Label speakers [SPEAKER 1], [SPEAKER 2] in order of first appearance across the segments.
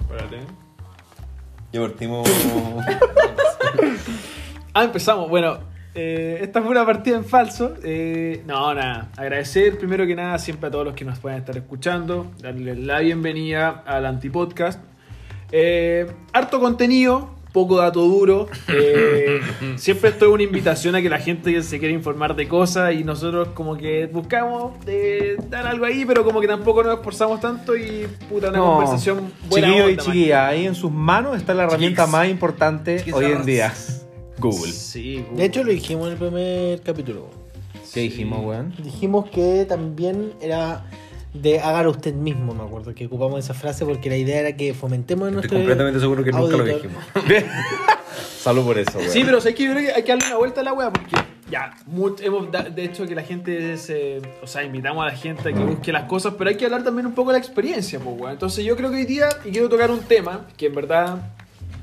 [SPEAKER 1] Espérate.
[SPEAKER 2] Ya partimos.
[SPEAKER 3] Ah, empezamos. Bueno, eh, esta fue una partida en falso. Eh, no, nada. Agradecer primero que nada siempre a todos los que nos puedan estar escuchando. Darles la bienvenida al Antipodcast. Eh, harto contenido, poco dato duro. Eh, siempre esto es una invitación a que la gente que se quiere informar de cosas y nosotros como que buscamos eh, dar algo ahí, pero como que tampoco nos esforzamos tanto y puta, una conversación buena.
[SPEAKER 4] Chiquillo y
[SPEAKER 3] onda, man.
[SPEAKER 4] chiquilla, ahí en sus manos está la herramienta
[SPEAKER 2] Chiquis.
[SPEAKER 4] más importante
[SPEAKER 2] Chiquis.
[SPEAKER 4] hoy en día. Google.
[SPEAKER 3] Sí,
[SPEAKER 5] De hecho, lo dijimos en el primer capítulo.
[SPEAKER 4] ¿Qué dijimos, weón?
[SPEAKER 5] Dijimos que también era de hágalo usted mismo, me acuerdo, que ocupamos esa frase porque la idea era que fomentemos en
[SPEAKER 2] Estoy
[SPEAKER 5] nuestro...
[SPEAKER 2] completamente seguro que nunca lo
[SPEAKER 5] auditor.
[SPEAKER 2] dijimos. Salud por eso, weón.
[SPEAKER 3] Sí, pero sé que yo creo que hay que darle una vuelta a la wea porque ya, mu- hemos da- de hecho que la gente se. O sea, invitamos a la gente a que busque las cosas, pero hay que hablar también un poco de la experiencia, pues wea. Entonces yo creo que hoy día, y quiero tocar un tema que en verdad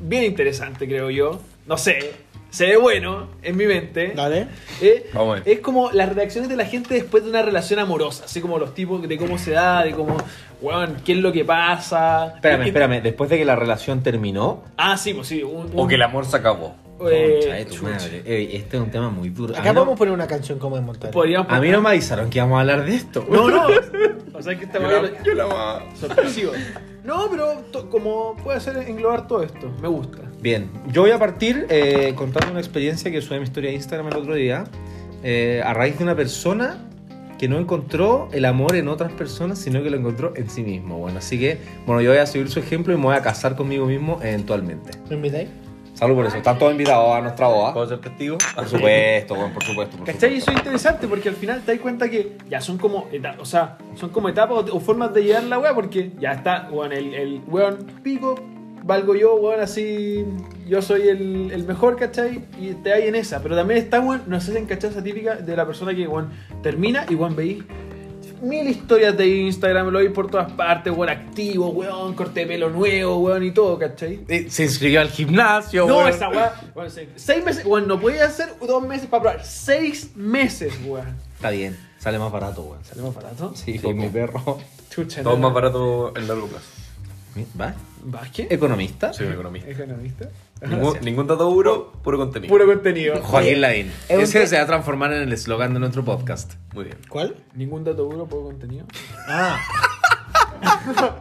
[SPEAKER 3] bien interesante, creo yo. No sé, se ve bueno en mi mente.
[SPEAKER 5] Dale.
[SPEAKER 3] Eh,
[SPEAKER 2] Vamos a ver.
[SPEAKER 3] es como las reacciones de la gente después de una relación amorosa, así como los tipos de cómo se da, de cómo, weón, qué es lo que pasa.
[SPEAKER 4] Espérame,
[SPEAKER 3] Eh,
[SPEAKER 4] espérame. Después de que la relación terminó.
[SPEAKER 3] Ah, sí, pues sí. un-
[SPEAKER 2] O
[SPEAKER 3] un-
[SPEAKER 2] que el amor se acabó.
[SPEAKER 3] eh,
[SPEAKER 4] Concha de tu
[SPEAKER 3] chucha.
[SPEAKER 4] madre. Ey, este es un tema muy duro.
[SPEAKER 5] Acá
[SPEAKER 4] a mí no-
[SPEAKER 5] vamos a poner una canción como de montar.
[SPEAKER 3] Podríamos
[SPEAKER 4] a mí no me avisaron que íbamos a hablar de esto.
[SPEAKER 3] No, no. O sea que esta
[SPEAKER 2] Yo
[SPEAKER 3] weá-
[SPEAKER 2] la- yo la amaba.
[SPEAKER 3] sorpresivo. No, pero to- como puede ser englobar todo esto. Me gusta.
[SPEAKER 4] Bien, yo voy a partir eh, contando una experiencia que subí a mi historia de Instagram el otro día, eh, a raíz de una persona que no encontró el amor en otras personas, sino que lo encontró en sí mismo. Bueno, así que, bueno, yo voy a seguir su ejemplo y me voy a casar conmigo mismo eventualmente.
[SPEAKER 5] ¿Me invitáis?
[SPEAKER 4] Salud por eso, están todos invitados a nuestra boda.
[SPEAKER 2] ¿Puedo ser testigo?
[SPEAKER 4] Por supuesto, bueno, por supuesto. Por
[SPEAKER 3] ¿Cachai? Y eso
[SPEAKER 4] supuesto.
[SPEAKER 3] es interesante porque al final te das cuenta que ya son como, eta- o sea, son como etapas o, o formas de llegar la wea porque ya está, weón, el, el weón pico, valgo yo, weón, así, yo soy el, el mejor, ¿cachai? Y te hay en esa. Pero también está, weón, no sé si cachar esa típica de la persona que, weón, termina y, weón, veis mil historias de Instagram, lo veis por todas partes, weón, activo, weón, corte de pelo nuevo, weón, y todo, ¿cachai?
[SPEAKER 4] Eh, Se inscribió al gimnasio.
[SPEAKER 3] No,
[SPEAKER 4] weón.
[SPEAKER 3] esa weá. Bueno, se- seis meses. Bueno, no podía hacer dos meses para probar. Seis meses, weón.
[SPEAKER 4] Está bien, sale más barato, weón. sale-
[SPEAKER 3] ¿Sale más barato?
[SPEAKER 4] Sí, con mi perro.
[SPEAKER 3] Chucha.
[SPEAKER 2] Todo
[SPEAKER 3] no.
[SPEAKER 2] más barato en largo plazo.
[SPEAKER 4] ¿Va?
[SPEAKER 3] ¿Vázquez?
[SPEAKER 4] ¿Economista?
[SPEAKER 2] Soy un economista.
[SPEAKER 3] ¿Economista?
[SPEAKER 2] Ningún, ningún dato duro, puro contenido.
[SPEAKER 3] Puro contenido.
[SPEAKER 4] Joaquín Lavín.
[SPEAKER 5] Es un
[SPEAKER 4] Ese
[SPEAKER 5] te-
[SPEAKER 4] se va a transformar en el eslogan de nuestro podcast.
[SPEAKER 2] Muy bien.
[SPEAKER 5] ¿Cuál?
[SPEAKER 3] Ningún dato duro, poco contenido.
[SPEAKER 5] Ah.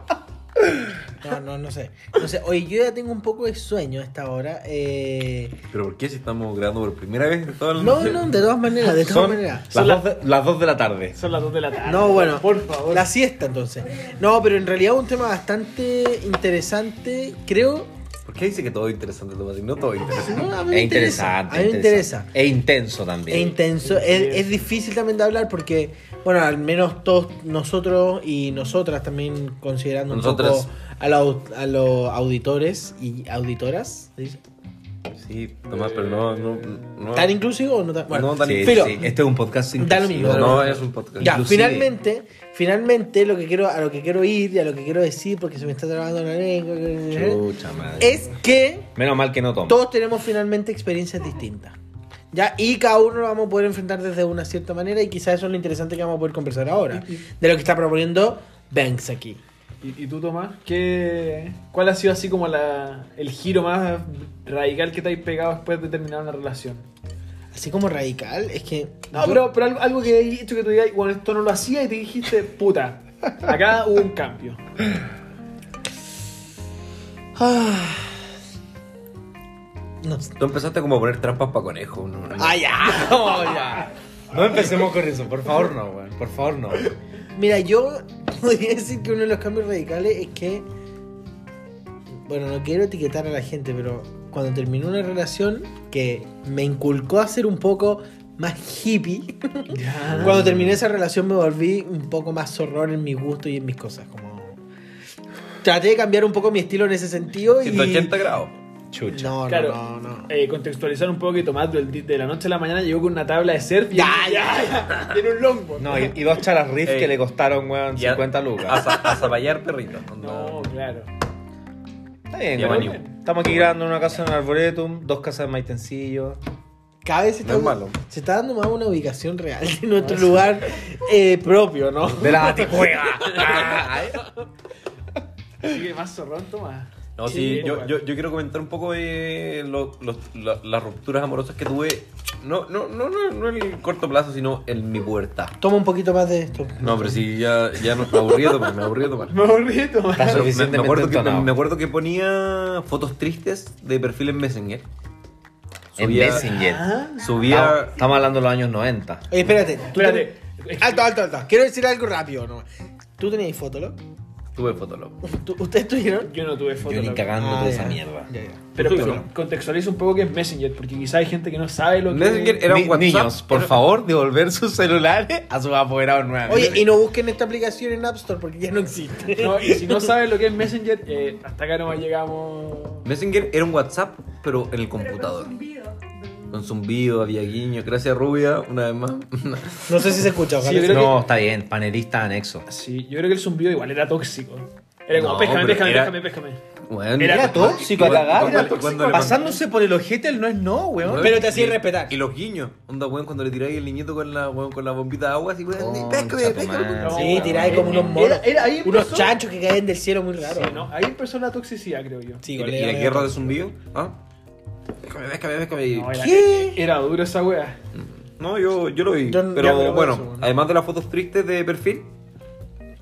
[SPEAKER 5] No, no, no sé. No sé. Oye, yo ya tengo un poco de sueño a esta hora. Eh...
[SPEAKER 2] ¿Pero por qué si estamos grabando por primera vez en toda la
[SPEAKER 5] No,
[SPEAKER 2] noche?
[SPEAKER 5] no, de todas maneras, de todas
[SPEAKER 4] Son
[SPEAKER 5] maneras.
[SPEAKER 4] las, dos de, las dos de la tarde.
[SPEAKER 3] Son las dos de la tarde.
[SPEAKER 5] No, bueno,
[SPEAKER 3] Por favor.
[SPEAKER 5] La siesta entonces. No, pero en realidad un tema bastante interesante, creo.
[SPEAKER 2] ¿Por qué dice que todo es interesante, Tomás? Y No todo es interesante.
[SPEAKER 5] No, a mí me
[SPEAKER 4] Es
[SPEAKER 5] interesa,
[SPEAKER 4] interesante.
[SPEAKER 5] A mí me interesa.
[SPEAKER 4] E intenso
[SPEAKER 5] Es
[SPEAKER 4] también.
[SPEAKER 5] intenso, es, es difícil también de hablar porque, bueno, al menos todos nosotros y nosotras también considerando
[SPEAKER 2] Nosotras.
[SPEAKER 5] un poco a los, a los auditores y auditoras, ¿se dice?
[SPEAKER 2] Sí, Tomás, pero no... no, no
[SPEAKER 5] ¿tan inclusivo o no tan? Bueno,
[SPEAKER 2] No, tan-
[SPEAKER 4] Sí,
[SPEAKER 5] pero-
[SPEAKER 4] sí, Este es un podcast
[SPEAKER 5] Da lo
[SPEAKER 4] inclusivo.
[SPEAKER 5] mismo, da lo
[SPEAKER 2] No, es un podcast.
[SPEAKER 5] Ya,
[SPEAKER 4] Inclusive.
[SPEAKER 5] finalmente, finalmente lo que quiero, a lo que quiero ir y a lo que quiero decir, porque se me está trabando la lengua,
[SPEAKER 4] Chucha madre.
[SPEAKER 5] Eh, es que
[SPEAKER 4] Menos mal que no tomo.
[SPEAKER 5] todos tenemos finalmente experiencias distintas. Ya, y cada uno lo vamos a poder enfrentar desde una cierta manera y quizás eso es lo interesante que vamos a poder conversar ahora. De lo que está proponiendo Banks aquí.
[SPEAKER 3] ¿Y, y tú, Tomás? ¿Qué, ¿Cuál ha sido así como la, el giro más radical que te has pegado después de terminar una relación?
[SPEAKER 5] Así como radical, es que...
[SPEAKER 3] No, pero, pero algo, algo que he dicho que tú digas, bueno, esto no lo hacía y te dijiste, puta, acá hubo un cambio.
[SPEAKER 5] Ah. No sé.
[SPEAKER 2] Tú empezaste como a poner trampas para conejos. ¿no?
[SPEAKER 5] Ah, ya. no, ya.
[SPEAKER 4] No empecemos con eso, por favor no, weón. Por favor no.
[SPEAKER 5] Mira, yo podría decir que uno de los cambios radicales es que. Bueno, no quiero etiquetar a la gente, pero cuando terminó una relación que me inculcó a ser un poco más hippie, cuando terminé esa relación me volví un poco más zorrón en mi gusto y en mis cosas. Como. Traté de cambiar un poco mi estilo en ese sentido y.
[SPEAKER 2] 180 grados.
[SPEAKER 4] Chucha.
[SPEAKER 5] No, no,
[SPEAKER 3] Claro.
[SPEAKER 5] no, no.
[SPEAKER 3] Eh, contextualizar un poco que Tomás del- de la noche a la mañana llegó con una tabla de surf y,
[SPEAKER 5] Ya,
[SPEAKER 3] ya, y en un longboard.
[SPEAKER 4] No, y, y dos charas riff
[SPEAKER 2] Ey. Ah,
[SPEAKER 4] que le costaron, weón,
[SPEAKER 2] Y a-
[SPEAKER 4] 50
[SPEAKER 2] A,
[SPEAKER 4] lucas.
[SPEAKER 2] za- a zapallar perritos.
[SPEAKER 3] No,
[SPEAKER 2] No.
[SPEAKER 3] claro.
[SPEAKER 4] Está bien,
[SPEAKER 2] Ya
[SPEAKER 4] weón.
[SPEAKER 2] venimos.
[SPEAKER 4] Estamos aquí grabando en una casa en Arboretum, dos casas en Maitencillo.
[SPEAKER 5] Cada vez se
[SPEAKER 2] No
[SPEAKER 5] está,
[SPEAKER 2] es malo.
[SPEAKER 5] se está dando más una ubicación real de nuestro lugar eh, propio, ¿no?
[SPEAKER 4] De la baticueva. Ah,
[SPEAKER 3] Así que más zorrón, Tomás.
[SPEAKER 2] No,
[SPEAKER 3] Sí,
[SPEAKER 2] sí, yo,
[SPEAKER 3] pues.
[SPEAKER 2] yo, yo quiero comentar un poco de lo- los- la- las rupturas amorosas que tuve. No, no, no, no, no en el corto plazo, sino en mi pubertad.
[SPEAKER 5] Toma un poquito más de esto.
[SPEAKER 2] No, pero sí, ya, ya no, me aburrí de tomar, me aburrí de tomar.
[SPEAKER 3] Me aburrí de tomar.
[SPEAKER 4] Está
[SPEAKER 2] Pero me, me
[SPEAKER 4] suficientemente
[SPEAKER 2] acuerdo que,
[SPEAKER 4] entonado.
[SPEAKER 2] me acuerdo que ponía fotos tristes de perfil en Messenger.
[SPEAKER 4] En
[SPEAKER 2] Subía-
[SPEAKER 4] Messenger.
[SPEAKER 3] Ah.
[SPEAKER 2] Subía.
[SPEAKER 4] Estamos- Estamos hablando de los años 90.
[SPEAKER 5] Oye, Eh, espérate. tú
[SPEAKER 3] Espérate. Ah,
[SPEAKER 5] tenés- Alto, alto, alto. Quiero decir algo rápido. nomás. ¿Tú tenías Fotolog?
[SPEAKER 2] Tuve Fotolog.
[SPEAKER 5] ¿Tú- ¿Ustedes tuvieron?
[SPEAKER 3] Yo no tuve foto.
[SPEAKER 4] Yo ni
[SPEAKER 3] loco.
[SPEAKER 4] cagando
[SPEAKER 5] Ah,
[SPEAKER 4] toda
[SPEAKER 5] ya.
[SPEAKER 4] esa mierda.
[SPEAKER 5] Ya, ya.
[SPEAKER 3] Pero
[SPEAKER 2] Tú,
[SPEAKER 3] pues,
[SPEAKER 2] ¿no?
[SPEAKER 3] contextualiza un poco qué es Messenger, porque quizá hay gente que no sabe lo que
[SPEAKER 2] Messenger
[SPEAKER 3] es.
[SPEAKER 2] Era un
[SPEAKER 4] Ni-
[SPEAKER 2] WhatsApp,
[SPEAKER 4] Niños, por
[SPEAKER 2] era-
[SPEAKER 4] favor, devolver sus celulares a sus apoderados nuevamente.
[SPEAKER 5] Oye, y no busquen esta aplicación en App Store porque ya no existe.
[SPEAKER 3] No, y si no sabes lo que es Messenger, eh, hasta acá nomás llegamos.
[SPEAKER 2] Messenger era un WhatsApp, pero en el computador. Con zumbido, había guiño. Gracias, Rubia, una vez más.
[SPEAKER 5] No sé si se escucha, ojalá.
[SPEAKER 3] Sí,
[SPEAKER 5] se-
[SPEAKER 3] creo
[SPEAKER 4] No, está bien, panelista anexo.
[SPEAKER 3] Sí, yo creo que el zumbido igual era tóxico. Era como,
[SPEAKER 2] No,
[SPEAKER 3] péscame,
[SPEAKER 2] pero
[SPEAKER 3] péscame,
[SPEAKER 2] era-
[SPEAKER 3] péscame, péscame.
[SPEAKER 2] Bueno,
[SPEAKER 3] Era
[SPEAKER 2] cuando-
[SPEAKER 4] tóxico a
[SPEAKER 2] cuando-
[SPEAKER 4] cagar,
[SPEAKER 2] cuando- cuando
[SPEAKER 4] era tóxico.
[SPEAKER 2] le mandaba-
[SPEAKER 4] Pasándose por el ojete, el no es no, weón.
[SPEAKER 5] Pero te hacía respetar.
[SPEAKER 2] Y los guiños. Onda, weón, cuando le tiráis el niñito con la, weón, con la bombita de agua, así, weón,
[SPEAKER 4] Concha
[SPEAKER 2] péscame,
[SPEAKER 4] tu
[SPEAKER 2] péscame.
[SPEAKER 4] madre.
[SPEAKER 2] weón.
[SPEAKER 5] Sí, tiráis como unos monos.
[SPEAKER 3] Era- era ahí
[SPEAKER 5] unos
[SPEAKER 3] empezó.
[SPEAKER 5] chanchos que caen del cielo muy
[SPEAKER 3] Sí,
[SPEAKER 5] raro.
[SPEAKER 3] no, ahí empezó la toxicidad, creo yo.
[SPEAKER 5] Sí,
[SPEAKER 2] ¿Y,
[SPEAKER 5] igual
[SPEAKER 2] la- y
[SPEAKER 5] era-
[SPEAKER 2] la guerra de zumbido? ¿Ah? Péscame, péscame, péscame. Y-
[SPEAKER 3] No, era,
[SPEAKER 5] ¿Qué?
[SPEAKER 3] era duro esa wea.
[SPEAKER 2] No, yo, yo lo vi.
[SPEAKER 5] Yo no-
[SPEAKER 2] pero
[SPEAKER 5] ya, pero
[SPEAKER 2] bueno,
[SPEAKER 5] eso, bueno.
[SPEAKER 2] además de las fotos tristes de perfil,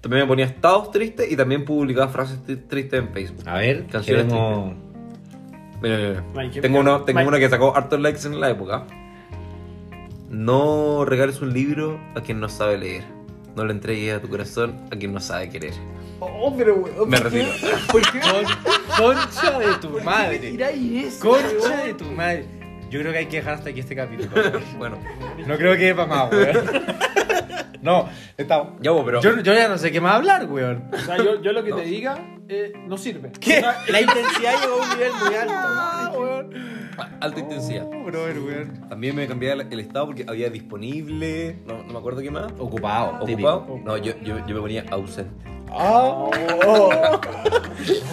[SPEAKER 2] también me ponía estados tristes y también publicaba frases tri- tristes en Facebook.
[SPEAKER 4] A ver,
[SPEAKER 2] Canciones
[SPEAKER 4] queremos-
[SPEAKER 2] Mira, mira, mira.
[SPEAKER 3] Mike,
[SPEAKER 2] tengo
[SPEAKER 3] mira.
[SPEAKER 2] una, tengo
[SPEAKER 3] Mike.
[SPEAKER 2] una que sacó hartos likes en la época. No regales un libro a quien no sabe leer. No le entregues a tu corazón a quien no sabe querer.
[SPEAKER 3] Oh, pero weón.
[SPEAKER 2] Me retiro.
[SPEAKER 3] ¿Por qué?
[SPEAKER 4] Concha de tu
[SPEAKER 3] ¿Por qué me
[SPEAKER 4] madre.
[SPEAKER 3] tiráis eso,
[SPEAKER 4] Concha
[SPEAKER 3] weón?
[SPEAKER 4] de tu madre. Yo creo que hay que dejar hasta aquí este capítulo.
[SPEAKER 2] Bueno,
[SPEAKER 4] No creo que es para más, weón. No, está...
[SPEAKER 2] ya vos, pero.
[SPEAKER 4] Yo, yo ya no sé qué más hablar, weón.
[SPEAKER 3] O sea, yo, yo lo que te diga eh, no sirve.
[SPEAKER 5] ¿Qué? La intensidad llegó a un nivel muy alto.
[SPEAKER 2] Ah, Alta intensidad.
[SPEAKER 4] No, brother, weón.
[SPEAKER 2] También me cambié el el estado porque había disponible. No, no me acuerdo qué más.
[SPEAKER 4] Ocupado,
[SPEAKER 2] Ocupado. No, yo, yo, yo me ponía ausente.
[SPEAKER 4] Ah,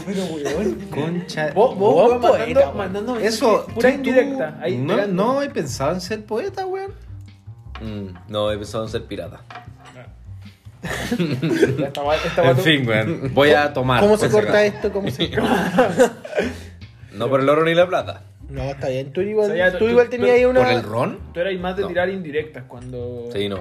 [SPEAKER 5] Pero, weón.
[SPEAKER 4] concha.
[SPEAKER 3] Vos, vos,
[SPEAKER 4] Vos
[SPEAKER 3] weón, mandando,
[SPEAKER 4] poeta, weón.
[SPEAKER 3] mandando
[SPEAKER 4] Eso,
[SPEAKER 3] pura
[SPEAKER 4] tú- tú-
[SPEAKER 3] indirecta. Ahí
[SPEAKER 4] no,
[SPEAKER 3] pegando.
[SPEAKER 4] no he pensado en ser poeta, weón.
[SPEAKER 2] Mm, no, he pensado en ser pirata.
[SPEAKER 3] Esta wea- esta wea tú-
[SPEAKER 4] weón. Voy a tomar.
[SPEAKER 5] ¿Cómo se
[SPEAKER 4] por si
[SPEAKER 5] corta
[SPEAKER 4] acaso.
[SPEAKER 5] esto? ¿Cómo se
[SPEAKER 2] No por el oro ni la plata.
[SPEAKER 5] No, está bien. Tú
[SPEAKER 3] O sea,
[SPEAKER 5] igual,
[SPEAKER 3] ya,
[SPEAKER 5] tú
[SPEAKER 3] tú-
[SPEAKER 5] igual
[SPEAKER 3] tú-
[SPEAKER 5] tenías ahí una.
[SPEAKER 4] ¿Por el ron?
[SPEAKER 3] Tú eras más de
[SPEAKER 2] No.
[SPEAKER 3] tirar indirectas cuando.
[SPEAKER 2] Sí, no.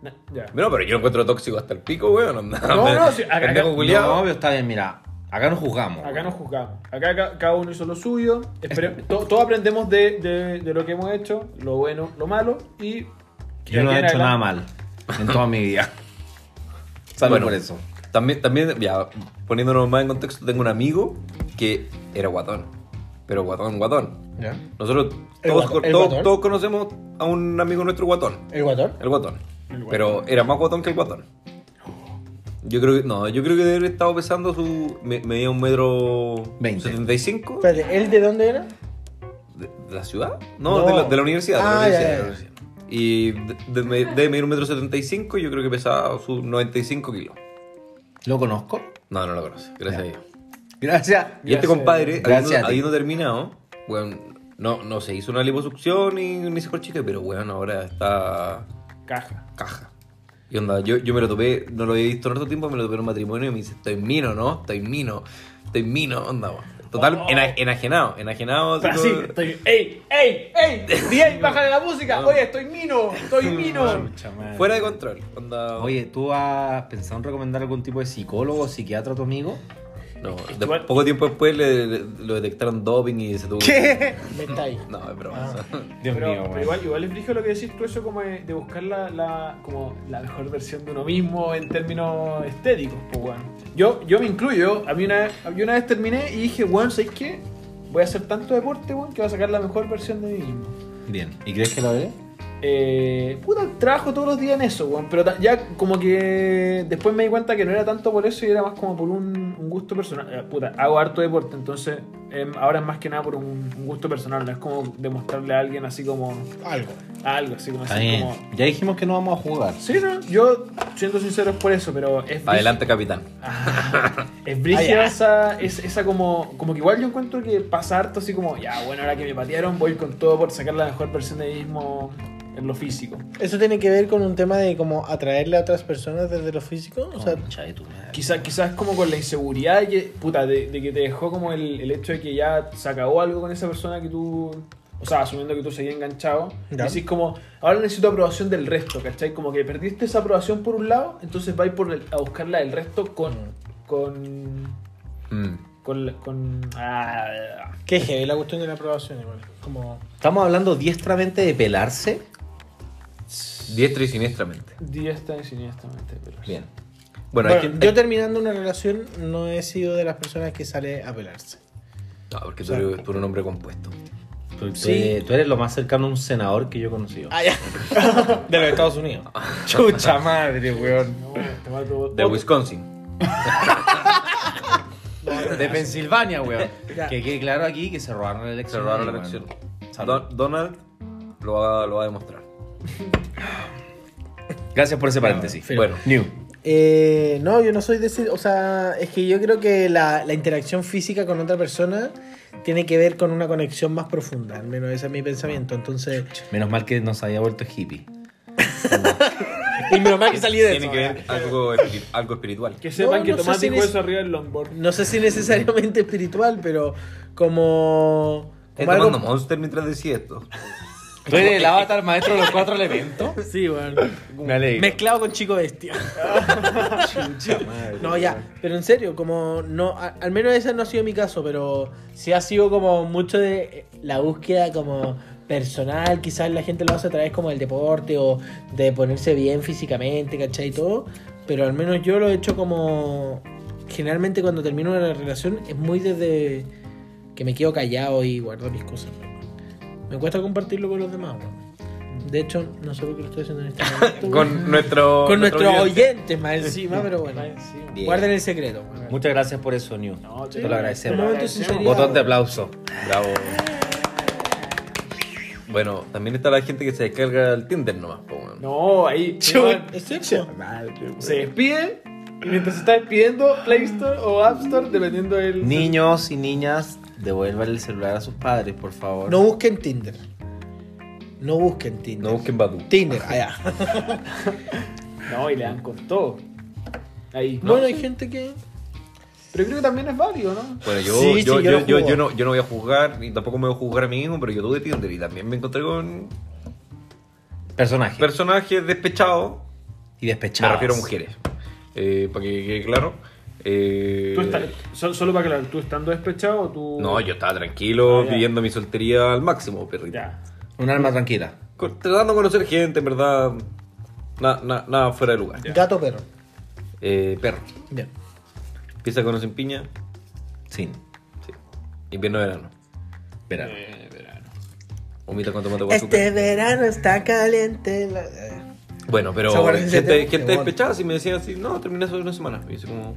[SPEAKER 3] Na- ya.
[SPEAKER 2] Bueno, pero yo lo encuentro tóxico hasta el pico, weón. No,
[SPEAKER 3] No, no, sí, acá-
[SPEAKER 2] Pendejo
[SPEAKER 3] acá-
[SPEAKER 2] culiao.
[SPEAKER 4] No, obvio, está bien, mira. Acá no juzgamos.
[SPEAKER 3] Acá
[SPEAKER 4] weón.
[SPEAKER 3] nos juzgamos. Acá ca- cada uno hizo lo suyo. Espere- to- Todos aprendemos de, de- de lo que hemos hecho, lo bueno, lo malo. Y.
[SPEAKER 4] Yo no he hecho nada mal en toda mi vida. Salvo
[SPEAKER 2] Bueno.
[SPEAKER 4] por eso.
[SPEAKER 2] También, también, ya, poniéndonos más en contexto, tengo un amigo que era guatón. Pero guatón, guatón.
[SPEAKER 5] ¿Ya?
[SPEAKER 2] Nosotros
[SPEAKER 5] ¿El
[SPEAKER 2] todos,
[SPEAKER 5] guatón?
[SPEAKER 2] co-
[SPEAKER 5] ¿El
[SPEAKER 2] todos-
[SPEAKER 5] guatón?
[SPEAKER 2] todos conocemos a un amigo nuestro guatón.
[SPEAKER 5] ¿El guatón?
[SPEAKER 2] El guatón.
[SPEAKER 3] El guatón.
[SPEAKER 2] Pero era más guatón que el guatón. Yo creo que, no, yo creo que debe haber estado pesando su. me- medía un metro.
[SPEAKER 4] Veinte.
[SPEAKER 2] 75.
[SPEAKER 5] Espérate, ¿él de dónde era?
[SPEAKER 2] ¿De, de la ciudad? No,
[SPEAKER 5] No.
[SPEAKER 2] De, la, de la universidad. de la
[SPEAKER 5] Ah, ya,
[SPEAKER 2] universidad, de la
[SPEAKER 5] ya, ya.
[SPEAKER 2] universidad. Y de- de- me- debe medir un metro setenta y cinco y yo creo que pesaba sus 95 kilos.
[SPEAKER 4] ¿Lo conozco?
[SPEAKER 2] No, no lo conoce, gracias a Dios.
[SPEAKER 4] Gracias.
[SPEAKER 2] Y este
[SPEAKER 3] Gracias.
[SPEAKER 2] compadre,
[SPEAKER 4] Gracias a
[SPEAKER 2] habiendo,
[SPEAKER 4] ti.
[SPEAKER 2] habiendo terminado, weón, no, no se hizo una liposucción ni, ni se corchite, pero weón, ahora está
[SPEAKER 3] Caja.
[SPEAKER 2] caja. Y onda, yo, yo me lo topé, no lo había visto en otro tiempo, me lo topé en un matrimonio y me dice, estoy mino, ¿no? Estoy mino, estoy mino, onda, weón. Total,
[SPEAKER 3] Oh.
[SPEAKER 2] ena- enajenado, enajenado. así
[SPEAKER 3] Pero así,
[SPEAKER 2] todo-
[SPEAKER 3] estoy. ¡Ey! ¡Ey! ¡Ey! ¡Bien! ¡Bájale la música! Oye, estoy mino. Estoy mino.
[SPEAKER 2] Fuera de control, onda.
[SPEAKER 4] Oye, ¿tú has pensado en recomendar algún tipo de psicólogo o psiquiatra a tu amigo?
[SPEAKER 2] No, de- poco tiempo después le, le- lo detectaron doping y se tuvo.
[SPEAKER 5] Me está ahí.
[SPEAKER 2] No, es broma.
[SPEAKER 3] Ah.
[SPEAKER 4] Dios
[SPEAKER 3] pero,
[SPEAKER 4] mío,
[SPEAKER 3] pero
[SPEAKER 4] weón.
[SPEAKER 3] igual, igual es brígido lo que decís tú, eso como de, de buscar la, la- como la mejor versión de uno mismo en términos estéticos, pues weón. Yo, yo me incluyo, a mí una, a mí una vez terminé y dije, weón, ¿sabes qué? Voy a hacer tanto deporte, weón, que voy a sacar la mejor versión de mí mismo.
[SPEAKER 4] Bien. ¿Y crees que lo veré?
[SPEAKER 3] Eh, puta, trabajo todos los días en eso, weón, pero ta- ya como que después me di cuenta que no era tanto por eso y era más como por un, un gusto personal. Eh, puta, hago harto deporte, entonces em, ahora es más que nada por un, un gusto personal, no es como demostrarle a alguien así como
[SPEAKER 5] Algo.
[SPEAKER 3] algo así como
[SPEAKER 4] Está
[SPEAKER 3] así
[SPEAKER 4] bien.
[SPEAKER 3] como
[SPEAKER 4] Ya dijimos que no vamos a jugar.
[SPEAKER 3] sí no yo siendo sincero es por eso pero es brígido-
[SPEAKER 2] Adelante, capitán.
[SPEAKER 3] Ah, es brígida esa, es- esa como como que igual yo encuentro que pasa harto así como ya bueno ahora que me patearon voy con todo por sacar la mejor versión de mí mismo en en lo físico.
[SPEAKER 5] ¿Eso tiene que ver con un tema de como atraerle a otras personas desde lo físico? O sea,
[SPEAKER 4] Concha de tu madre.
[SPEAKER 3] Quizás, quizás como con la inseguridad de que, puta, de, de que te dejó como el, el hecho de que ya se acabó algo con esa persona que tú, o sea, asumiendo que tú seguías enganchado,
[SPEAKER 5] Ya.
[SPEAKER 3] decís como, ahora necesito aprobación del resto, ¿cachai? Como que perdiste esa aprobación por un lado, entonces vais por el- a buscarla del resto con, con,
[SPEAKER 2] Mm.
[SPEAKER 3] con, la- con, ah,
[SPEAKER 5] qué heavy la cuestión de la aprobación igual. Como
[SPEAKER 4] Estamos hablando diestramente de pelarse.
[SPEAKER 2] Diestra y siniestramente.
[SPEAKER 3] diestra y siniestramente. Pero...
[SPEAKER 2] Bien. Bueno,
[SPEAKER 5] Bueno,
[SPEAKER 2] hay gente.
[SPEAKER 5] yo terminando una relación no he sido de las personas que sale a pelarse.
[SPEAKER 2] No, porque tú eres, tú eres un hombre compuesto.
[SPEAKER 4] Tú, tú
[SPEAKER 5] Sí.
[SPEAKER 4] eres, tú eres lo más cercano a un senador que yo he conocido.
[SPEAKER 5] Ah, ya. de los Estados Unidos.
[SPEAKER 4] Chucha madre, weón.
[SPEAKER 3] No, te va a probar-
[SPEAKER 2] De
[SPEAKER 3] otro-
[SPEAKER 2] Wisconsin.
[SPEAKER 4] De Pensilvania, weón.
[SPEAKER 5] Ya.
[SPEAKER 4] que quede claro aquí que se robaron la
[SPEAKER 2] Se
[SPEAKER 4] elección.
[SPEAKER 2] robaron la
[SPEAKER 4] weón.
[SPEAKER 2] elección.
[SPEAKER 4] Salud.
[SPEAKER 2] Don- Donald lo va, lo va a demostrar.
[SPEAKER 4] Gracias por ese paréntesis.
[SPEAKER 5] Pero-
[SPEAKER 2] Bueno,
[SPEAKER 4] New.
[SPEAKER 5] Eh, no, yo no soy de ese. O sea, es que yo creo que la, la interacción física con otra persona tiene que ver con una conexión más profunda. Al menos ese es mi pensamiento. Entonces.
[SPEAKER 4] Menos mal que nos había vuelto hippie.
[SPEAKER 5] Y mi mamá que salí de
[SPEAKER 2] tiene que ver algo, espiri- algo espiritual.
[SPEAKER 3] Que sepan
[SPEAKER 5] No,
[SPEAKER 3] que
[SPEAKER 5] no sé
[SPEAKER 3] Tomás
[SPEAKER 5] si
[SPEAKER 3] dijo
[SPEAKER 5] neces-
[SPEAKER 3] eso arriba del longboard.
[SPEAKER 5] No sé si necesariamente espiritual, pero como.
[SPEAKER 2] Estoy
[SPEAKER 5] como algo-
[SPEAKER 2] tomando Monster mientras decía esto.
[SPEAKER 4] ¿Tú eres el avatar maestro de los cuatro elementos?
[SPEAKER 5] Sí, bueno.
[SPEAKER 4] Me alegro.
[SPEAKER 5] Mezclado con chico bestia. No, ya, pero en serio, como no, a- al menos ese no ha sido mi caso, pero sí ha sido como mucho de eh, la búsqueda como personal, quizás la gente lo hace a través como del deporte o de ponerse bien físicamente, ¿cachai? Y todo, pero al menos yo lo he hecho como, generalmente cuando termino una relación es muy desde que me quedo callado y guardo mis cosas. Me cuesta compartirlo con los demás, weón. De hecho, no sé por qué lo estoy haciendo en este momento. weón.
[SPEAKER 2] Con nuestro.
[SPEAKER 5] Con nuestros
[SPEAKER 2] oyente.
[SPEAKER 5] oyentes más encima, pero bueno.
[SPEAKER 4] Bien.
[SPEAKER 5] Guarden el secreto. weón.
[SPEAKER 4] Muchas gracias por eso, New.
[SPEAKER 3] No,
[SPEAKER 4] Te lo agradecemos.
[SPEAKER 5] Un momento de sinceridad.
[SPEAKER 4] Botón de aplauso.
[SPEAKER 2] Bravo. Bueno, también está la gente que se descarga el Tinder nomás, po, weón.
[SPEAKER 3] No, ahí.
[SPEAKER 5] ¿Es cierto?
[SPEAKER 3] Se despide y mientras se está despidiendo, Play Store o App Store, dependiendo del.
[SPEAKER 4] Niños y niñas, devuelvan el celular a sus padres, por favor.
[SPEAKER 5] No busquen Tinder. No busquen
[SPEAKER 2] No
[SPEAKER 5] Tinder.
[SPEAKER 2] busquen Badu.
[SPEAKER 5] Tinder, allá.
[SPEAKER 3] No, y le dan con todo. Ahí.
[SPEAKER 5] Bueno,
[SPEAKER 3] ¿no?
[SPEAKER 5] hay gente que.
[SPEAKER 3] Pero creo que también es válido, ¿no?
[SPEAKER 2] Bueno, yo,
[SPEAKER 5] Sí, sí,
[SPEAKER 2] yo,
[SPEAKER 5] yo
[SPEAKER 2] yo,
[SPEAKER 5] lo
[SPEAKER 2] yo-
[SPEAKER 5] jugo.
[SPEAKER 2] yo no, yo no voy a juzgar, ni tampoco me voy a juzgar a mí mismo, pero yo tuve Tinder y también me encontré con
[SPEAKER 4] Personaje.
[SPEAKER 2] personajes despechados.
[SPEAKER 4] y
[SPEAKER 2] Me
[SPEAKER 4] despechado.
[SPEAKER 2] refiero a mujeres. Eh, para que quede claro. Eh,
[SPEAKER 3] Tú estás, so- solo para aclarar, ¿tú estando despechado o tú.?
[SPEAKER 2] No, yo estaba tranquilo,
[SPEAKER 3] Ah, ya.
[SPEAKER 2] viviendo mi soltería al máximo, perrito.
[SPEAKER 3] Ya.
[SPEAKER 4] Un alma tranquila.
[SPEAKER 2] Co- Tratando de conocer gente, en verdad. na- na- nada fuera de lugar.
[SPEAKER 5] Gato o perro.
[SPEAKER 2] Eh, perro.
[SPEAKER 5] Bien.
[SPEAKER 2] Empieza con sin piña,
[SPEAKER 4] Sin
[SPEAKER 2] invierno verano.
[SPEAKER 4] verano.
[SPEAKER 3] Eh, verano.
[SPEAKER 2] Humita con tomate guazuca.
[SPEAKER 5] Este verano está caliente. la- eh.
[SPEAKER 2] Bueno, pero
[SPEAKER 5] Se guarda ese
[SPEAKER 2] gente,
[SPEAKER 5] tema,
[SPEAKER 2] gente
[SPEAKER 5] weón.
[SPEAKER 2] despechada si me decían así, no, terminé hace una semana. Y dice como.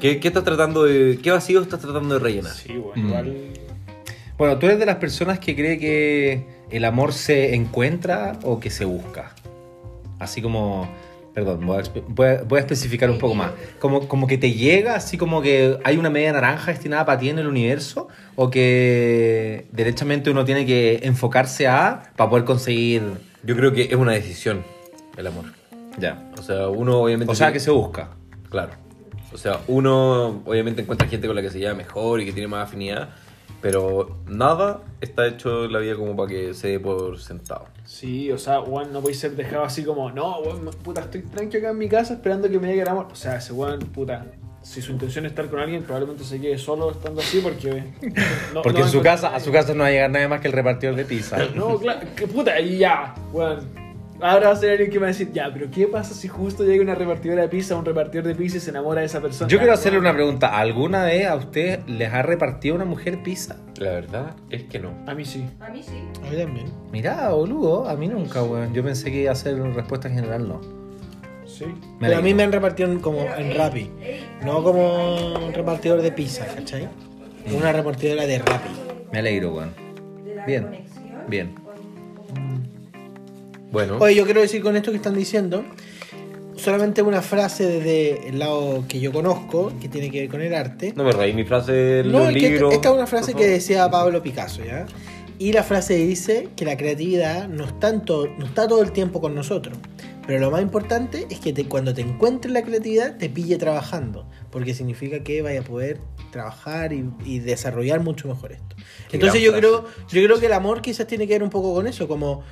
[SPEAKER 2] ¿Qué, qué estás tratando de. ¿Qué vacío estás tratando de rellenar?
[SPEAKER 3] Sí,
[SPEAKER 4] Mm.
[SPEAKER 3] bueno, igual.
[SPEAKER 4] Bueno, ¿tú eres de las personas que cree que el amor se encuentra o que se busca? Así como, perdón, voy a, espe- voy a- voy a especificar un poco más. Como, como que te llega, así como que hay una media naranja destinada para ti en el universo, o que derechamente uno tiene que enfocarse a para poder conseguir...
[SPEAKER 2] Yo creo que es una decisión el amor.
[SPEAKER 4] Ya.
[SPEAKER 2] O sea, uno obviamente.
[SPEAKER 4] O sea,
[SPEAKER 2] tiene-
[SPEAKER 4] que se busca.
[SPEAKER 2] Claro. O sea, uno obviamente encuentra gente con la que se lleva mejor y que tiene más afinidad, pero nada está hecho en la vida como para que se dé por sentado.
[SPEAKER 3] Sí, o sea, Juan no podéis ser dejado así como, no, Juan, puta, estoy tranquilo acá en mi casa esperando que me llegue el amor. O sea, ese Juan, puta, si su intención es estar con alguien, probablemente se quede solo estando así porque. no-
[SPEAKER 4] Porque
[SPEAKER 3] no
[SPEAKER 4] en su
[SPEAKER 3] va a
[SPEAKER 4] casa, a su casa no va a llegar nada más que el repartidor de pizza.
[SPEAKER 3] No, claro, que puta, y ya, weón. Ahora va a ser alguien que me va a decir, ya, pero ¿qué pasa si justo llega una repartidora de pizza, un repartidor de pizza y se enamora de esa persona?
[SPEAKER 4] Yo quiero
[SPEAKER 3] Weón.
[SPEAKER 4] hacerle una pregunta. ¿Alguna vez a usted les ha repartido una mujer pizza?
[SPEAKER 2] La verdad es que no.
[SPEAKER 3] A mí sí.
[SPEAKER 1] A mí sí.
[SPEAKER 5] A mí también.
[SPEAKER 4] Mirá, boludo, a mí nunca, weón. Yo pensé que iba a ser una respuesta en general, no.
[SPEAKER 3] Sí.
[SPEAKER 5] Pero a mí
[SPEAKER 4] alegro.
[SPEAKER 5] me han repartido en- como
[SPEAKER 1] Pero,
[SPEAKER 5] en
[SPEAKER 1] ey,
[SPEAKER 5] Rappi.
[SPEAKER 1] ey,
[SPEAKER 5] No como un repartidor de pizza, ¿cachai? Una repartidora de Rappi.
[SPEAKER 4] Me alegro, weón.
[SPEAKER 1] de la
[SPEAKER 4] Bien,
[SPEAKER 1] conexión
[SPEAKER 4] bien.
[SPEAKER 1] con- como-
[SPEAKER 2] Bueno,
[SPEAKER 5] Oye, yo quiero decir con esto que están diciendo, solamente una frase desde el lado que yo conozco, que tiene que ver con el arte.
[SPEAKER 2] no me reí mi frase del
[SPEAKER 5] No, es que este-
[SPEAKER 2] libro.
[SPEAKER 5] esta, esta es una frase
[SPEAKER 2] Por
[SPEAKER 5] que
[SPEAKER 2] favor.
[SPEAKER 5] decía Pablo Picasso, ¿ya? Y la frase dice que la creatividad no, es tanto, no está todo el tiempo con nosotros. Pero lo más importante es que te- cuando te encuentres la creatividad te pille trabajando. Porque significa que vaya a poder trabajar y, y desarrollar mucho mejor esto.
[SPEAKER 2] Qué
[SPEAKER 5] Entonces yo
[SPEAKER 2] gran frase.
[SPEAKER 5] creo, yo creo que el amor quizás tiene que ver un poco con eso. Como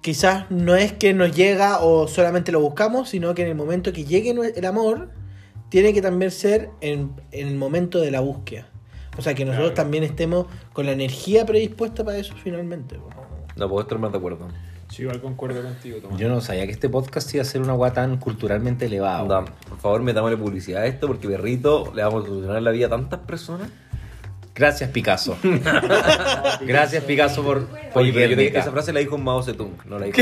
[SPEAKER 5] quizás no es que nos llega o solamente lo buscamos, sino que en el momento que llegue nue- el amor, tiene que también ser en, en el momento de la búsqueda. O sea, que nosotros
[SPEAKER 3] Claro.
[SPEAKER 5] también estemos con la energía predispuesta para eso finalmente. po.
[SPEAKER 2] No puedo estar más de acuerdo.
[SPEAKER 3] Sí, igual concuerdo contigo, Tomás.
[SPEAKER 4] Yo no sabía que este podcast iba a ser una weá tan culturalmente elevada.
[SPEAKER 2] Anda,
[SPEAKER 4] weón.
[SPEAKER 2] por favor, metámosle publicidad a esto porque perrito le vamos a solucionar la vida a tantas personas.
[SPEAKER 4] Gracias, Picasso. Gracias, Picasso, por, por
[SPEAKER 2] Oye, pero yo te-
[SPEAKER 4] Guernica.
[SPEAKER 2] esa frase la dijo Mao Zedong, no la dijo.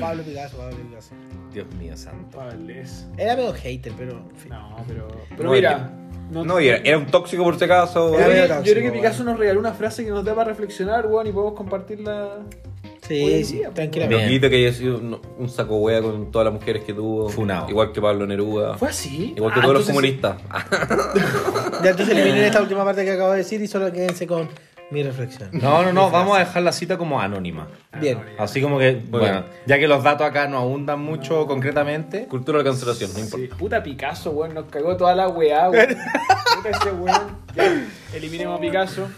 [SPEAKER 5] Pablo Picasso, Pablo Picasso.
[SPEAKER 4] Dios mío, santo.
[SPEAKER 3] Vale, es-
[SPEAKER 5] Era medio hater, pero en fin.
[SPEAKER 3] No, pero. Pero
[SPEAKER 2] No,
[SPEAKER 3] mira.
[SPEAKER 2] No, y era, era un tóxico por si acaso.
[SPEAKER 5] Era
[SPEAKER 3] Yo creo que-
[SPEAKER 5] medio
[SPEAKER 3] yo creo que
[SPEAKER 5] tóxico,
[SPEAKER 3] Picasso nos regaló una frase que nos da para reflexionar, weón, y podemos compartirla. Hoy en
[SPEAKER 5] Sí, sí,
[SPEAKER 3] día, po.
[SPEAKER 5] tranquilamente.
[SPEAKER 2] Loquito que haya sido un, un saco hueá con todas las mujeres que tuvo.
[SPEAKER 4] Funao.
[SPEAKER 2] Igual que Pablo Neruda.
[SPEAKER 3] ¿Fue así?
[SPEAKER 2] Igual que
[SPEAKER 3] Ah,
[SPEAKER 2] todos los
[SPEAKER 3] entonces-
[SPEAKER 2] comunistas. Ah,
[SPEAKER 5] Ya entonces eliminen esta última parte que acabo de decir y solo quédense con mi reflexión.
[SPEAKER 4] No, no, no, vamos a dejar la cita como anónima.
[SPEAKER 5] Bien.
[SPEAKER 4] Así como que, bueno,
[SPEAKER 2] bien.
[SPEAKER 4] ya que los datos acá no abundan mucho concretamente.
[SPEAKER 2] cultura de la cancelación, no importa.
[SPEAKER 3] Sí, puta Picasso, weón, nos cagó toda la weá, weón. Puta ese weón. Ya, eliminemos a Picasso.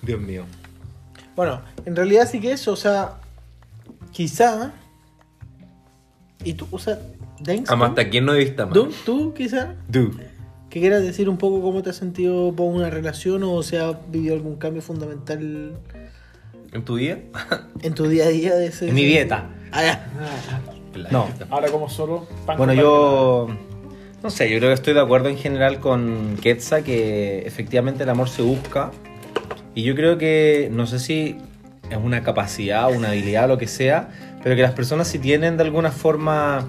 [SPEAKER 4] Dios mío.
[SPEAKER 5] Bueno, en realidad sí que eso, o sea, quizá. ¿Y tú, o sea, Dengs?
[SPEAKER 2] Además, hasta quién no vista más.
[SPEAKER 5] ¿Tú, tú quizá?
[SPEAKER 4] Dude.
[SPEAKER 5] ¿Que quieras decir un poco cómo te has sentido por una relación o si has vivido algún cambio fundamental
[SPEAKER 2] ¿En tu vida?
[SPEAKER 5] en tu día a día de ese?
[SPEAKER 4] En mi dieta.
[SPEAKER 5] Ah, ya.
[SPEAKER 4] No.
[SPEAKER 3] Ahora como solo. pan
[SPEAKER 4] Bueno,
[SPEAKER 3] con
[SPEAKER 4] yo. No sé, yo creo que estoy de acuerdo en general con Ketza que efectivamente el amor se busca. Y yo creo que, no sé si es una capacidad, una habilidad, lo que sea, pero que las personas sí tienen de alguna forma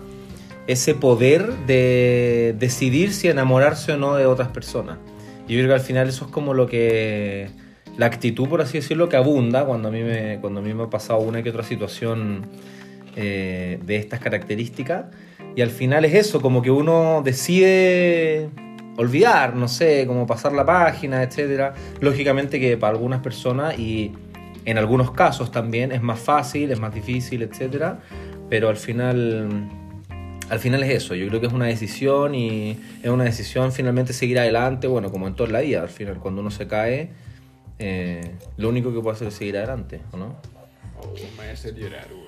[SPEAKER 4] ese poder de decidir si enamorarse o no de otras personas. Y yo creo que al final eso es como lo que. La actitud, por así decirlo, que abunda cuando a mí me, cuando a mí me ha pasado una que otra situación eh, de estas características. Y al final es eso, como que uno decide olvidar, no sé, como pasar la página, etcétera. Lógicamente que para algunas personas y en algunos casos también es más fácil, es más difícil, etcétera. Pero al final, al final es eso. Yo creo que es una decisión y es una decisión finalmente seguir adelante. Bueno, como en toda la vida, al final cuando uno se cae, eh, lo único que puede hacer es seguir adelante, ¿o no?
[SPEAKER 3] Oh, me voy a hacer llorar, weón.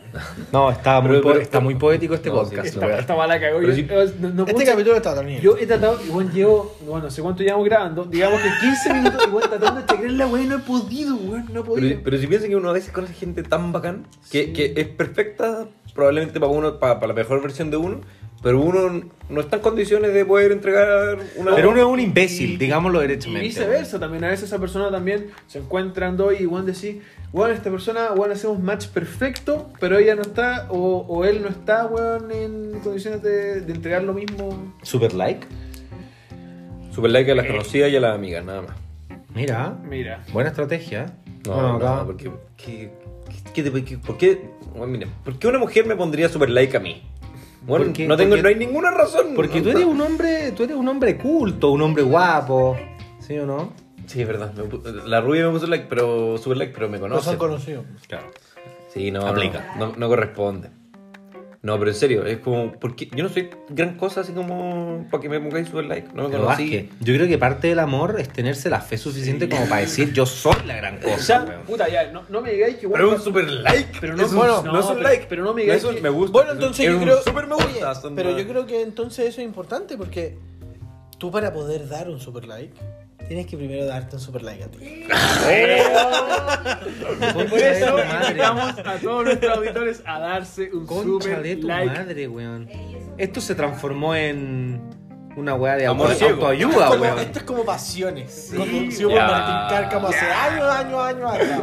[SPEAKER 4] No, está muy,
[SPEAKER 2] Pero-
[SPEAKER 4] po-
[SPEAKER 2] pero-
[SPEAKER 4] está muy poético este
[SPEAKER 2] No, sí, sí.
[SPEAKER 4] podcast. la
[SPEAKER 3] Esta,
[SPEAKER 4] verdad.
[SPEAKER 3] esta bala cagó. Yo,
[SPEAKER 2] Pero si-
[SPEAKER 3] yo no- no
[SPEAKER 5] Este
[SPEAKER 3] mucho-
[SPEAKER 5] capítulo está tan bien.
[SPEAKER 3] Yo he tratado, igual llevo, bueno, no sé cuánto llevamos grabando, digamos que 15 minutos, igual tratando de checar la weá y no he podido, weón, no he podido.
[SPEAKER 2] Pero, pero si piensan que uno a veces conoce gente tan bacán que,
[SPEAKER 3] Sí.
[SPEAKER 2] que es perfecta probablemente para uno para, para la mejor versión de uno, pero uno no está en condiciones de poder entregar una
[SPEAKER 4] Pero uno es un imbécil, digámoslo
[SPEAKER 3] Y
[SPEAKER 4] derechamente.
[SPEAKER 3] viceversa también, a veces esa persona también se encuentran dos y igual decís, weón, esta persona, weón, hacemos match perfecto, pero ella no está, o, o él no está, weón, en condiciones de, de entregar lo mismo.
[SPEAKER 4] Super like. Eh.
[SPEAKER 2] super like a las conocidas y a las amigas, nada más.
[SPEAKER 4] Mira,
[SPEAKER 3] Mira.
[SPEAKER 4] buena estrategia.
[SPEAKER 2] No,
[SPEAKER 4] Bueno, acá-
[SPEAKER 2] no, porque ¿qué- qué- qué te- qué- ¿por qué? Bueno, mira, ¿por qué una mujer me pondría super like a mí? Bueno,
[SPEAKER 4] Porque-
[SPEAKER 2] no tengo
[SPEAKER 4] porque-
[SPEAKER 2] no hay ninguna razón.
[SPEAKER 4] Porque tú eres un hombre, tú eres un hombre culto, un hombre guapo. ¿Sí o no?
[SPEAKER 2] Sí, es verdad. me pu- la rubia me puso like, pero super like, pero me
[SPEAKER 5] no
[SPEAKER 2] conoce.
[SPEAKER 5] son conocidos.
[SPEAKER 4] Claro.
[SPEAKER 2] Sí, no,
[SPEAKER 4] Aplica.
[SPEAKER 2] No, no- no corresponde. No, pero en serio, es como, porque yo no soy gran cosa así como para que me pongáis super like. No me conocí.
[SPEAKER 4] yo creo que parte del amor es tenerse la fe suficiente como para decir yo soy la gran
[SPEAKER 3] O
[SPEAKER 4] cosa.
[SPEAKER 3] sea,
[SPEAKER 4] weón".
[SPEAKER 3] puta, ya, no, no me digáis que, weón,
[SPEAKER 2] Pero es un
[SPEAKER 3] pa-
[SPEAKER 2] super like.
[SPEAKER 3] Pero no-
[SPEAKER 2] es un,
[SPEAKER 3] bueno,
[SPEAKER 2] no,
[SPEAKER 3] no,
[SPEAKER 2] es un
[SPEAKER 3] pero-
[SPEAKER 2] like.
[SPEAKER 3] pero no me
[SPEAKER 2] es
[SPEAKER 3] digáis
[SPEAKER 2] un
[SPEAKER 3] que-
[SPEAKER 2] me gusta.
[SPEAKER 5] Bueno,
[SPEAKER 2] es un-
[SPEAKER 5] entonces
[SPEAKER 2] es
[SPEAKER 5] yo
[SPEAKER 2] un
[SPEAKER 5] creo.
[SPEAKER 2] super me gusta.
[SPEAKER 5] Oye,
[SPEAKER 2] son
[SPEAKER 5] pero
[SPEAKER 2] una-
[SPEAKER 5] yo creo que entonces eso es importante porque tú para poder dar un super like tienes que primero darte un super like a ti.
[SPEAKER 4] Concha
[SPEAKER 3] Por
[SPEAKER 4] de tu
[SPEAKER 3] eso
[SPEAKER 4] madre.
[SPEAKER 3] invitamos a todos nuestros auditores a darse un
[SPEAKER 4] Concha
[SPEAKER 3] super
[SPEAKER 4] de tu
[SPEAKER 3] like.
[SPEAKER 4] madre, weón. Esto se transformó en una weá de amor
[SPEAKER 2] Amor ciego.
[SPEAKER 4] autoayuda,
[SPEAKER 5] Como-
[SPEAKER 4] Ah, weón.
[SPEAKER 5] esto es como pasiones. como si
[SPEAKER 2] ya.
[SPEAKER 5] hubo Martín Cárcamo hace años, años, años atrás.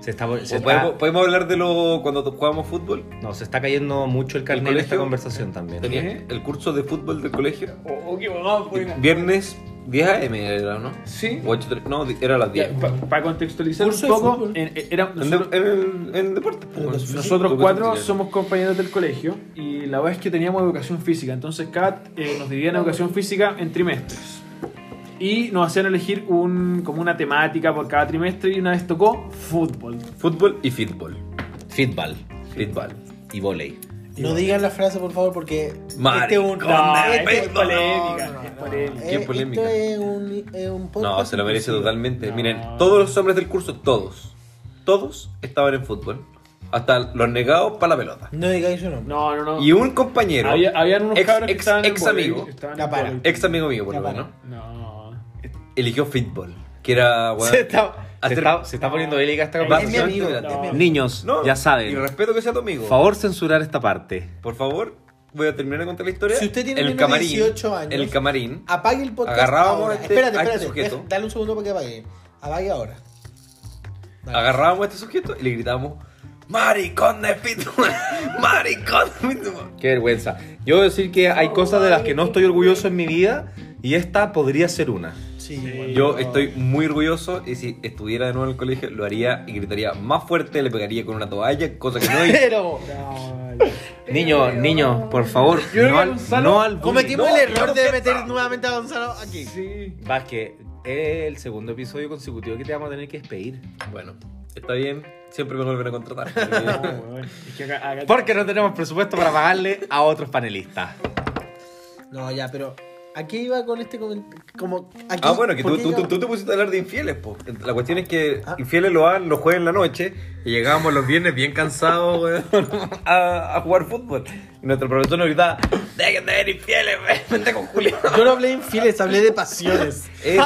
[SPEAKER 4] Se está, se
[SPEAKER 2] ¿O
[SPEAKER 4] está-
[SPEAKER 2] Pues ¿Podemos, podemos hablar de lo cuando jugábamos fútbol?
[SPEAKER 4] no, se está cayendo mucho el carnet en esta
[SPEAKER 2] colegio?
[SPEAKER 4] conversación también. ¿Eh?
[SPEAKER 2] Tenía
[SPEAKER 3] ¿Qué?
[SPEAKER 2] el curso de fútbol del colegio.
[SPEAKER 3] Oh, oh, qué weón, buena.
[SPEAKER 2] Viernes 10 AM era, ¿no?
[SPEAKER 3] Sí.
[SPEAKER 2] O 8, no, era a las 10.
[SPEAKER 3] Para contextualizar
[SPEAKER 5] Curso
[SPEAKER 3] un
[SPEAKER 5] de
[SPEAKER 3] poco,
[SPEAKER 5] fútbol.
[SPEAKER 3] en- en- era,
[SPEAKER 2] En,
[SPEAKER 3] nosotros- Pues
[SPEAKER 2] de- en- en deporte.
[SPEAKER 5] Educación
[SPEAKER 3] Nosotros cuatro
[SPEAKER 2] somos
[SPEAKER 3] somos compañeros del colegio y la verdad es que teníamos educación física, entonces cada eh, nos dividían educación física en trimestres. Y nos hacían elegir un, como una temática por cada trimestre y una vez tocó fútbol.
[SPEAKER 2] Fútbol y fútbol.
[SPEAKER 4] Fitball
[SPEAKER 2] Fútbol.
[SPEAKER 4] y volei.
[SPEAKER 5] No digan la frase, por favor, porque.
[SPEAKER 2] Maricón
[SPEAKER 5] es un.
[SPEAKER 2] de
[SPEAKER 5] este es
[SPEAKER 2] fútbol.
[SPEAKER 3] polémica, es polémica.
[SPEAKER 5] Eh,
[SPEAKER 2] Qué polémica.
[SPEAKER 5] Esto es un, es un podcast.
[SPEAKER 2] No, se lo merece
[SPEAKER 5] inclusivo.
[SPEAKER 2] totalmente.
[SPEAKER 3] No.
[SPEAKER 2] Miren, todos los hombres del curso, todos, todos estaban en fútbol. Hasta los negados para la pelota.
[SPEAKER 5] No digáis su nombre.
[SPEAKER 3] No, no, no.
[SPEAKER 2] Y un compañero,
[SPEAKER 3] Había, habían unos
[SPEAKER 2] ex,
[SPEAKER 3] cabros que
[SPEAKER 2] ex-
[SPEAKER 3] estaban en
[SPEAKER 2] ex
[SPEAKER 3] volei,
[SPEAKER 2] amigo,
[SPEAKER 3] estaban en
[SPEAKER 5] La para.
[SPEAKER 3] volei.
[SPEAKER 2] ex amigo mío por
[SPEAKER 5] Ya
[SPEAKER 2] lo
[SPEAKER 5] para.
[SPEAKER 2] menos,
[SPEAKER 3] No.
[SPEAKER 2] eligió fútbol, que era weón,
[SPEAKER 4] Se está, se
[SPEAKER 2] hacer-
[SPEAKER 4] está, se está poniendo bélica esta
[SPEAKER 3] Es
[SPEAKER 5] Es mi
[SPEAKER 4] conversación.
[SPEAKER 5] amigo.
[SPEAKER 2] No.
[SPEAKER 5] es mi amigo.
[SPEAKER 4] Niños,
[SPEAKER 2] No,
[SPEAKER 4] ya
[SPEAKER 2] Y
[SPEAKER 4] saben.
[SPEAKER 2] respeto que sea tu amigo.
[SPEAKER 4] Favor censurar esta parte.
[SPEAKER 2] Por favor, voy a terminar de contar la historia.
[SPEAKER 5] Si usted tiene
[SPEAKER 2] En el
[SPEAKER 5] menos de
[SPEAKER 2] camarín,
[SPEAKER 5] 18 años,
[SPEAKER 2] en el camarín,
[SPEAKER 5] Apague el podcast.
[SPEAKER 2] Agarrábamos
[SPEAKER 5] ahora.
[SPEAKER 2] este-
[SPEAKER 5] espérate,
[SPEAKER 2] a este
[SPEAKER 5] espérate.
[SPEAKER 2] sujeto.
[SPEAKER 5] deja- dale un segundo para que apague. Apague ahora. Dale.
[SPEAKER 2] agarrábamos a este sujeto y le gritábamos: ¡Maricón de fútbol! ¡Maricón de fútbol!
[SPEAKER 4] Qué vergüenza. Yo debo decir que hay cosas de las que no estoy orgulloso en mi vida y esta podría ser una.
[SPEAKER 5] Sí,
[SPEAKER 3] Sí.
[SPEAKER 5] bueno.
[SPEAKER 2] Yo estoy muy orgulloso y si estuviera de nuevo en el colegio lo haría y gritaría más fuerte, le pegaría con una toalla, cosa que no hice.
[SPEAKER 4] Pero.
[SPEAKER 3] No,
[SPEAKER 4] Niños, niños, por favor,
[SPEAKER 3] creo
[SPEAKER 4] no
[SPEAKER 3] que
[SPEAKER 4] al,
[SPEAKER 3] Gonzalo-
[SPEAKER 4] no al
[SPEAKER 5] Cometimos
[SPEAKER 2] No,
[SPEAKER 5] el error
[SPEAKER 2] no,
[SPEAKER 5] de
[SPEAKER 2] no,
[SPEAKER 5] meter
[SPEAKER 2] no.
[SPEAKER 5] nuevamente a Gonzalo aquí.
[SPEAKER 3] sí.
[SPEAKER 2] Eh.
[SPEAKER 4] Vázquez, es el segundo episodio consecutivo que te vamos a tener que despedir.
[SPEAKER 2] Bueno, está bien, siempre me vuelven a contratar.
[SPEAKER 3] No,
[SPEAKER 2] porque-
[SPEAKER 3] weón. Es que acá, acá-
[SPEAKER 4] Porque no tenemos presupuesto para pagarle a otros panelistas.
[SPEAKER 5] No, ya, pero. ¿A qué iba con este comentario? Como, aquí-
[SPEAKER 2] Ah, bueno, que
[SPEAKER 5] ¿por
[SPEAKER 2] tú,
[SPEAKER 5] qué
[SPEAKER 2] tú-
[SPEAKER 5] iba-
[SPEAKER 2] tú te pusiste a hablar de infieles, po. La cuestión es que
[SPEAKER 5] Ah.
[SPEAKER 2] infieles lo dan los jueves en la noche y llegábamos los viernes bien cansados, weón, a, a jugar fútbol. Y nuestro profesor nos gritaba, dejen de ver infieles, weón, vente con Julio.
[SPEAKER 5] Yo no hablé de infieles, hablé de pasiones.
[SPEAKER 2] Eso.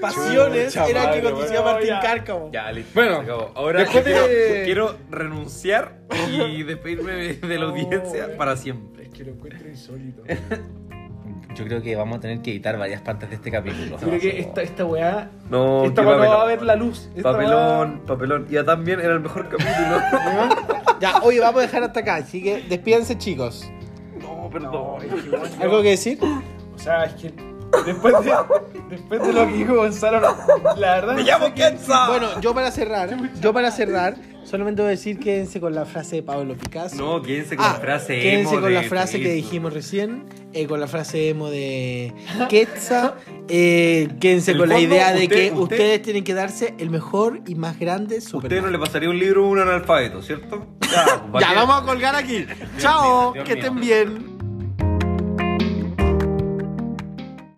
[SPEAKER 5] Pasiones
[SPEAKER 4] Chucha
[SPEAKER 5] era el que
[SPEAKER 4] madre,
[SPEAKER 5] conducía
[SPEAKER 3] bueno,
[SPEAKER 5] Martín
[SPEAKER 3] ya.
[SPEAKER 5] Cárcamo.
[SPEAKER 2] ya, listo.
[SPEAKER 4] Bueno,
[SPEAKER 2] se acabó. ahora
[SPEAKER 4] después
[SPEAKER 2] yo quiero,
[SPEAKER 4] de-
[SPEAKER 2] quiero renunciar y despedirme de, de la
[SPEAKER 3] No,
[SPEAKER 2] audiencia
[SPEAKER 3] weón.
[SPEAKER 2] para siempre.
[SPEAKER 3] Es que lo encuentro insólito.
[SPEAKER 4] Yo creo que vamos a tener que editar varias partes de este capítulo.
[SPEAKER 3] Yo creo que esta, esta weá.
[SPEAKER 2] No,
[SPEAKER 3] esta
[SPEAKER 2] qué
[SPEAKER 3] weá no va a
[SPEAKER 2] papelón.
[SPEAKER 3] ver la luz. Esta
[SPEAKER 2] Papelón, papelón. Ya también era el mejor capítulo.
[SPEAKER 5] Ya, oye, vamos a dejar hasta acá, así que despídanse, chicos.
[SPEAKER 2] no,
[SPEAKER 3] weá- No,
[SPEAKER 2] perdón.
[SPEAKER 3] es que, weón, yo-
[SPEAKER 5] ¿Algo que decir?
[SPEAKER 3] O sea, es que. Después de, después de lo que dijo Gonzalo, no- la verdad.
[SPEAKER 2] Me llamo Kenza.
[SPEAKER 5] Bueno, yo para cerrar, yo para cerrar, solamente voy a decir quédense con la frase de Pablo Picasso.
[SPEAKER 2] No, quédense con
[SPEAKER 5] Ah,
[SPEAKER 2] la frase
[SPEAKER 5] Quédense
[SPEAKER 2] emo
[SPEAKER 5] con la
[SPEAKER 2] de
[SPEAKER 5] frase que
[SPEAKER 2] Facebook.
[SPEAKER 5] dijimos recién, eh, con la frase emo de Quetzal. eh, quédense
[SPEAKER 2] En el
[SPEAKER 5] con la
[SPEAKER 2] fondo,
[SPEAKER 5] idea de
[SPEAKER 2] usted-
[SPEAKER 5] que
[SPEAKER 2] usted-
[SPEAKER 5] ustedes tienen que darse el mejor y más grande
[SPEAKER 2] Usted no
[SPEAKER 5] Superman.
[SPEAKER 2] le pasaría un libro a un analfabeto, ¿cierto? Ya,
[SPEAKER 5] Ya, vamos a colgar aquí. Chao,
[SPEAKER 2] Dios
[SPEAKER 5] que estén
[SPEAKER 2] mío.
[SPEAKER 5] bien.